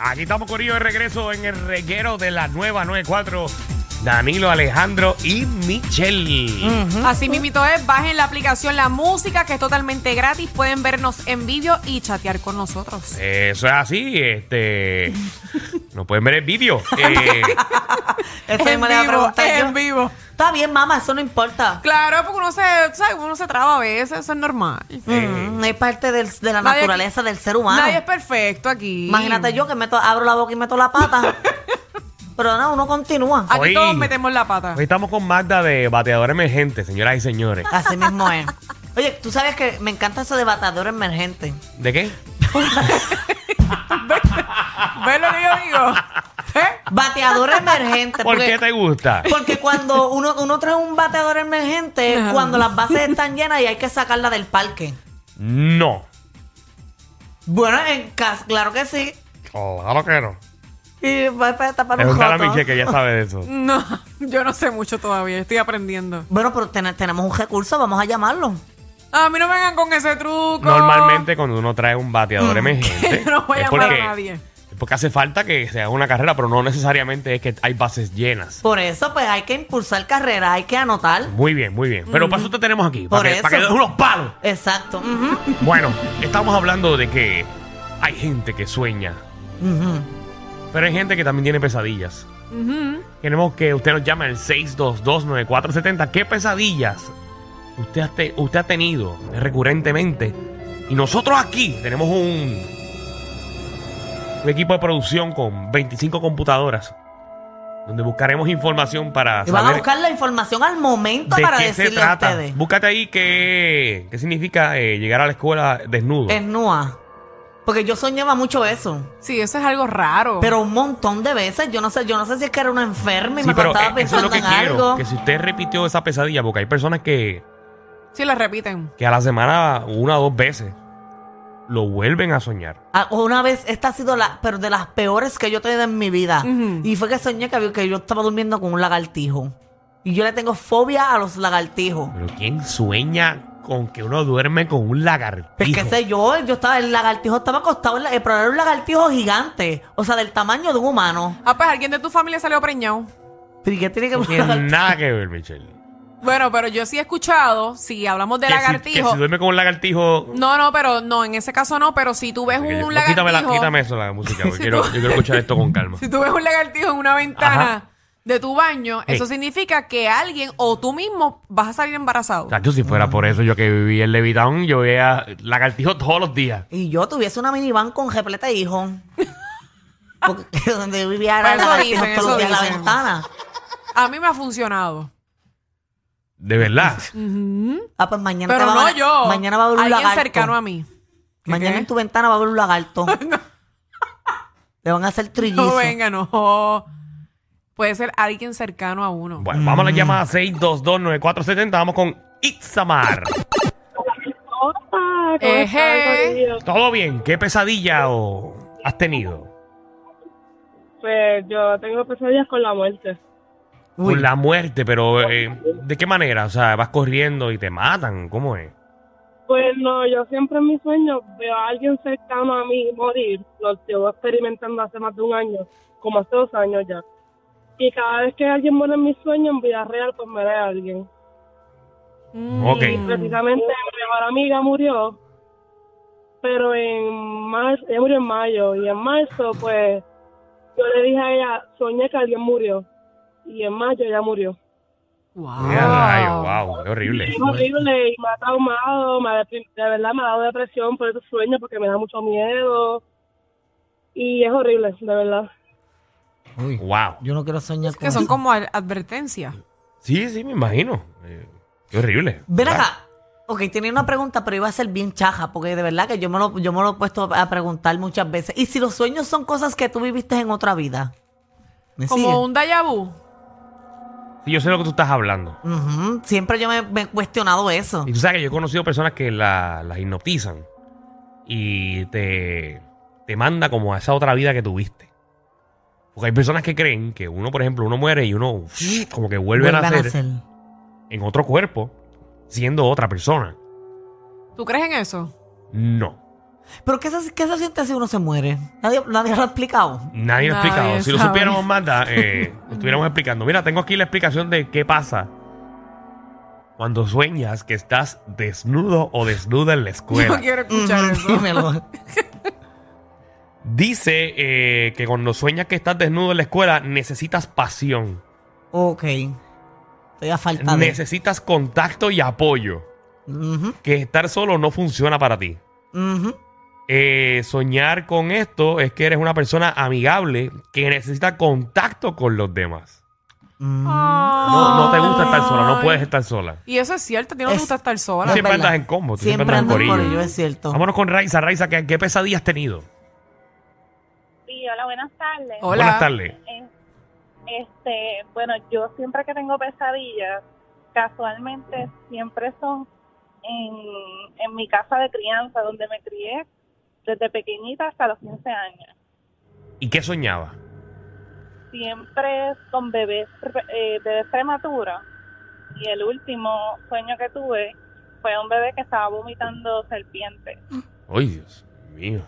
Aquí estamos Corillo de regreso en el reguero de la nueva 94. Danilo, Alejandro y Michelle. Así mismito es, bajen la aplicación La Música, que es totalmente gratis. Pueden vernos en vídeo y chatear con nosotros. Eso es así, este. no pueden ver el vídeo. Eh, Eso en mismo le iba a vivo, preguntar yo. en vivo. Está bien, mamá, eso no importa. Claro, porque uno se, tú ¿sabes? uno se traba a veces, eso es normal. eh, Mm, es parte del- de la Nadie- naturaleza del ser humano. Nadie es perfecto aquí. Imagínate yo que meto, abro la boca y meto la pata. Pero no, uno continúa. Aquí Hoy- todos metemos la pata. hoy estamos con Magda de Bateador Emergente, señoras y señores. Así mismo es. Oye, tú sabes que me encanta eso de batador emergente. ¿De qué? ¿Ves lo que yo digo? ¿Eh? Bateador emergente. ¿Por qué te gusta? porque cuando uno, uno trae un bateador emergente, es Ajá. cuando las bases están llenas y hay que sacarla del parque. No. Bueno, en casa, claro que sí. Claro que no. Y pues, va a tapar un Preguntar a joto. Michelle que ya sabe de eso. No, yo no sé mucho todavía, estoy aprendiendo. Bueno, pero ten- tenemos un recurso, vamos a llamarlo. A mí no me vengan con ese truco. Normalmente cuando uno trae un bateador emergente, Yo Mm. no voy a es llamar porque, a nadie. es porque hace falta que se haga una carrera, pero no necesariamente es que hay bases llenas. Por eso, pues hay que impulsar carrera, hay que anotar. Muy bien, muy bien. Pero para eso te tenemos aquí. Para Por que, para que eso. des unos palos. Exacto. ujú, Bueno, estamos hablando de que hay gente que sueña, ujú. pero hay gente que también tiene pesadillas. Ujú. Queremos que usted nos llame al 6229470. ¿Qué pesadillas usted ha, te- usted ha tenido recurrentemente? Y nosotros aquí tenemos un, un equipo de producción con 25 computadoras donde buscaremos información para Y van a saber buscar la información al momento de para qué se decirle a trata. ustedes. Búscate ahí qué, qué significa eh, llegar a la escuela desnudo. Es NUA. Porque yo soñaba mucho eso. Sí, eso es algo raro. Pero un montón de veces. Yo no sé, yo no sé si es que era una enferma y me eh, estaba eso es pensando lo que en quiero. algo. Que si usted repitió esa pesadilla, porque hay personas que, sí, la repiten. que a la semana una o dos veces lo vuelven a soñar. Ah, Una vez, esta ha sido la, pero de las peores que yo he tenido en mi vida. Ujú. Y fue que soñé que, había- que yo estaba durmiendo con un lagartijo. Y yo le tengo fobia a los lagartijos. Pero ¿quién sueña con que uno duerme con un lagartijo? Pues qué sé yo, yo estaba, el lagartijo estaba acostado, en la, eh, pero era un lagartijo gigante, o sea, del tamaño de un humano. Ah, pues alguien de tu familia salió preñado. ¿Pero ¿y qué tiene que No ver? tiene nada que ver, Michelle. Bueno, pero yo sí he escuchado, si hablamos de Que si- que Si, lagartijo. duerme con un lagartijo... No, no, pero no, en ese caso no, pero si tú ves Que yo- un no, quítame, la- lagartijo. quítame eso, la música. porque Si quiero, tú- yo quiero escuchar esto con calma. Si tú ves un lagartijo en una ventana Ajá. de tu baño, Sí. eso significa que alguien o tú mismo vas a salir embarazado. Chacho, si fuera por eso yo que viví en Levitown, yo veía lagartijo todos los días. Y yo tuviese una minivan con repleta de hijos. Porque donde yo vivía era Pues eso lagartijos dicen, todos los eso días en la dicen. ventana. A mí me ha funcionado. De verdad. Ah, pues mañana Pero te va no a, yo. Mañana va a haber un alguien lagarto. cercano a mí. ¿Qué, Mañana qué? en tu ventana va a haber un lagarto. Le van a hacer trillizo. No, venga, no. Puede ser alguien cercano a uno. Bueno, vamos Mm. a la llamada 6229470. Vamos con Itzamar. Hola, Ah, ¿cómo Ejé. estás, Corillo? ¿Todo bien? ¿Qué pesadilla o has tenido? Pues yo tengo pesadillas con la muerte. Con la muerte, pero eh, ¿de qué manera? O sea, vas corriendo y te matan. ¿Cómo es? Pues no, yo siempre en mis sueños veo a alguien cercano a mí morir. Lo llevo experimentando hace más de un año, como hace dos años ya. Y cada vez que alguien muere en mis sueños, en vida real, pues muere alguien. Mm. Ok. Precisamente mi mejor amiga murió, pero en marzo, ella murió en mayo, y en marzo pues Yo le dije a ella, soñé que alguien murió. Y en mayo ya murió. Wow. Mira, rayo, wow, qué horrible. Es horrible y me ha traumado, me ha deprim- de verdad me ha dado depresión por esos sueños porque me da mucho miedo. Y es horrible, de verdad. Uy, Wow. Yo no quiero soñar Que son como ad- advertencias. Sí, sí, me imagino. Eh, qué horrible. Ven ¿verdad? acá. Ok, tenía una pregunta, pero iba a ser bien chaja, porque de verdad que yo me lo, yo me lo he puesto a preguntar muchas veces. ¿Y si los sueños son cosas que tú viviste en otra vida? ¿Me Como sigues? un déjà vu. Sí, yo sé lo que tú estás hablando. Ujú, Siempre yo me, me he cuestionado eso. Y tú sabes que yo he conocido personas que la- las hipnotizan y te, te manda como a esa otra vida que tuviste. Porque hay personas que creen que uno, por ejemplo, uno muere y uno como que vuelve a Vuelvan nacer en otro cuerpo siendo otra persona. ¿Tú crees en eso? No. ¿Pero qué se, qué se siente si uno se muere? Nadie, nadie lo ha explicado. Nadie lo ha Nadie explicado. Si lo sabe. supiéramos más, da, eh, lo estuviéramos explicando. Mira, tengo aquí la explicación de qué pasa cuando sueñas que estás desnudo o desnuda en la escuela. Yo quiero escuchar Ujú, eso. Dímelo. Dice eh, que cuando sueñas que estás desnudo en la escuela, necesitas pasión. ok. Estoy a falta de... necesitas contacto y apoyo. Ujú, Que estar solo no funciona para ti. ujú. Eh, soñar con esto es que eres una persona amigable que necesita contacto con los demás. Mm. Ah. No, no te gusta estar sola, no Ay. puedes estar sola. Y eso es cierto, a ti no te Es- gusta estar Tú sola. Es siempre verdad. andas en combo, tú siempre, Siempre andas ando en por ello, corillo. es cierto. Vámonos con Raiza. Raiza, ¿qué, qué pesadilla has tenido? Sí, hola, buenas tardes. Hola. Buenas tardes. Eh, Este, bueno, yo siempre que tengo pesadillas, casualmente siempre son en, en mi casa de crianza, donde me crié desde pequeñita hasta los 15 años. ¿Y qué soñaba? Siempre con bebés, pre- eh, bebés prematuros. Y el último sueño que tuve fue un bebé que estaba vomitando serpientes. Ay, Dios mío.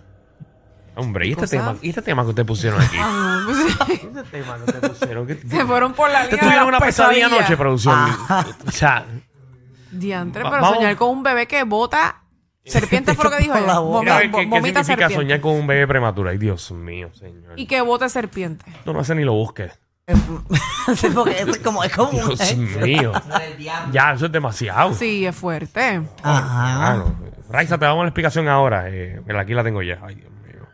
Hombre, ¿y este, Cosas. tema, ¿y este tema que ustedes pusieron aquí? Ah, no, pues, este tema que ustedes pusieron? ¿Qué- se fueron por la Ustedes línea de tuvieron las una pesadilla pesadillas. anoche, producción. Ah. O sea, Diantre, Va- pero vamos. soñar con un bebé que bota serpiente fue lo que dijo Por la ella. boca. Vomi- mira a ver qué, vo- qué Vomita significa serpiente. soñar con un bebé prematuro. Ay, Dios mío, señor. Y que bote serpiente. Tú no haces ni lo busques. Sí, porque eso es como... Es como un- Dios mío. Ya, eso es demasiado. Sí, es fuerte. Ajá. Claro. Raiza, te damos la explicación ahora. eh, mira, aquí la tengo ya. Ay, Dios mío.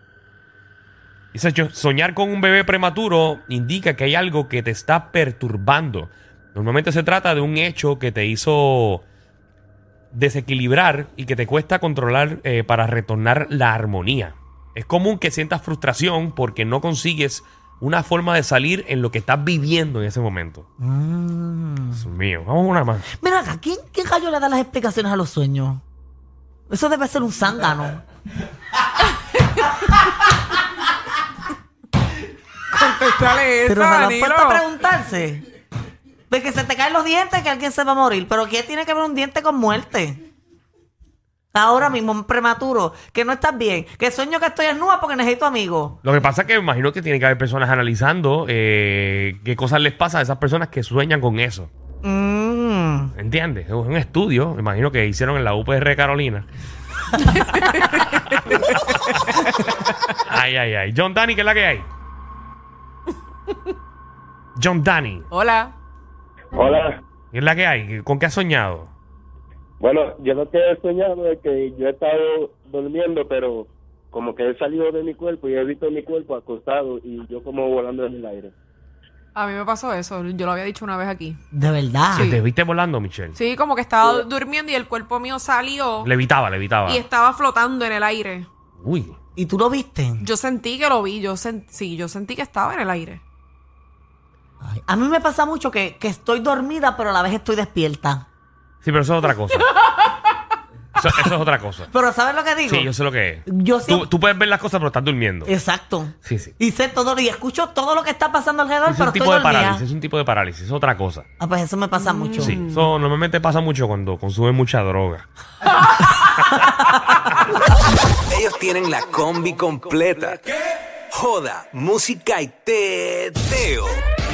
Dice, yo, soñar con un bebé prematuro indica que hay algo que te está perturbando. Normalmente se trata de un hecho que te hizo desequilibrar y que te cuesta controlar eh, para retornar la armonía. Es común que sientas frustración porque no consigues una forma de salir en lo que estás viviendo en ese momento. Mm. Dios mío, vamos una más. Mira acá, ¿quién, ¿quién gallo le da las explicaciones a los sueños? Eso debe ser un zángano. Contestale eso, Pero se lo han puesto a Danilo. preguntarse. De que se te caen los dientes, que alguien se va a morir. Pero ¿qué tiene que ver un diente con muerte? Ahora mismo, un prematuro, que no estás bien, que sueño que estoy desnuda porque necesito amigos. Lo que pasa es que me imagino que tiene que haber personas analizando eh, qué cosas les pasa a esas personas que sueñan con eso. Mm. ¿Entiendes? Es un estudio, me imagino que hicieron en la UPR de Carolina. ay, ay, ay. John Danny, ¿qué es la que hay? John Danny, Hola. Hola. ¿qué es la que hay? ¿Con qué has soñado? Bueno, yo lo que he soñado es que yo he estado durmiendo, pero como que he salido de mi cuerpo y he visto mi cuerpo acostado y yo como volando en el aire. A mí me pasó eso. Yo lo había dicho una vez aquí. De verdad. Que Sí. te viste volando, Michelle. Ah. Sí, como que estaba Uh. durmiendo y el cuerpo mío salió Levitaba, levitaba. y estaba flotando en el aire. Uy. ¿Y tú lo viste? Yo sentí que lo vi. Yo sen- sí, yo sentí que estaba en el aire. Ay, a mí me pasa mucho que, que estoy dormida, pero a la vez estoy despierta. Sí, pero eso es otra cosa. Eso, eso es otra cosa. Pero ¿sabes lo que digo? Sí, yo sé lo que es. Yo Tú, siempre- tú puedes ver las cosas, pero estás durmiendo. Exacto. Sí, sí. Y sé todo y escucho todo lo que está pasando alrededor, Es pero un estoy tipo de dormida. parálisis, es un tipo de parálisis, es otra cosa. Ah, pues eso me pasa mucho. Sí, eso normalmente pasa mucho cuando consumen mucha droga. Ellos tienen la combi completa. Joda, música y teo.